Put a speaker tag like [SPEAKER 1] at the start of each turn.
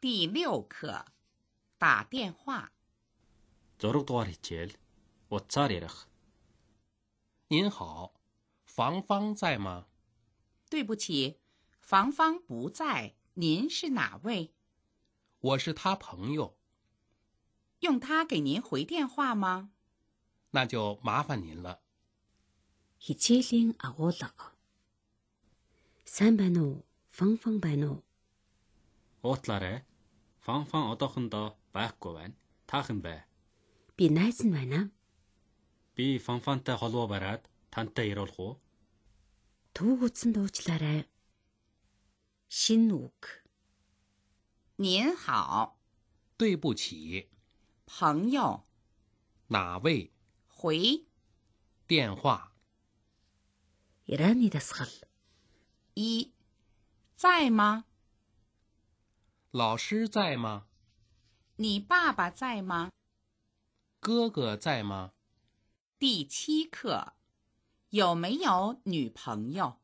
[SPEAKER 1] 第六课，打电话。
[SPEAKER 2] 6 дугаар хичээл утсаар ярих. 您好，房方在吗？
[SPEAKER 1] 对不起，房芳不在，您是哪位？
[SPEAKER 2] 我是他朋友，
[SPEAKER 1] 用它给您回电话吗？
[SPEAKER 2] 那就麻烦您了。
[SPEAKER 3] хичээлийн агуулга. Сайн байна уу? Фан фан байна уу?
[SPEAKER 2] Уутлаарай. Фанфан одоохондоо байхгүй байна. Таахан бай.
[SPEAKER 3] Би найз нь байна.
[SPEAKER 2] Би фанфантай холбоо бариад тантай яриулах уу?
[SPEAKER 3] Төвөг утсан дуучлаарай. Шинэ үг.
[SPEAKER 1] 您好，
[SPEAKER 2] 对不起，
[SPEAKER 1] 朋友，
[SPEAKER 2] 哪位？
[SPEAKER 1] 回
[SPEAKER 2] 电话
[SPEAKER 3] Ираны дасгал.
[SPEAKER 1] 一，在吗？
[SPEAKER 2] 老师在吗？
[SPEAKER 1] 你爸爸在吗？
[SPEAKER 2] 哥哥在吗？
[SPEAKER 1] 第七课，有没有女朋友？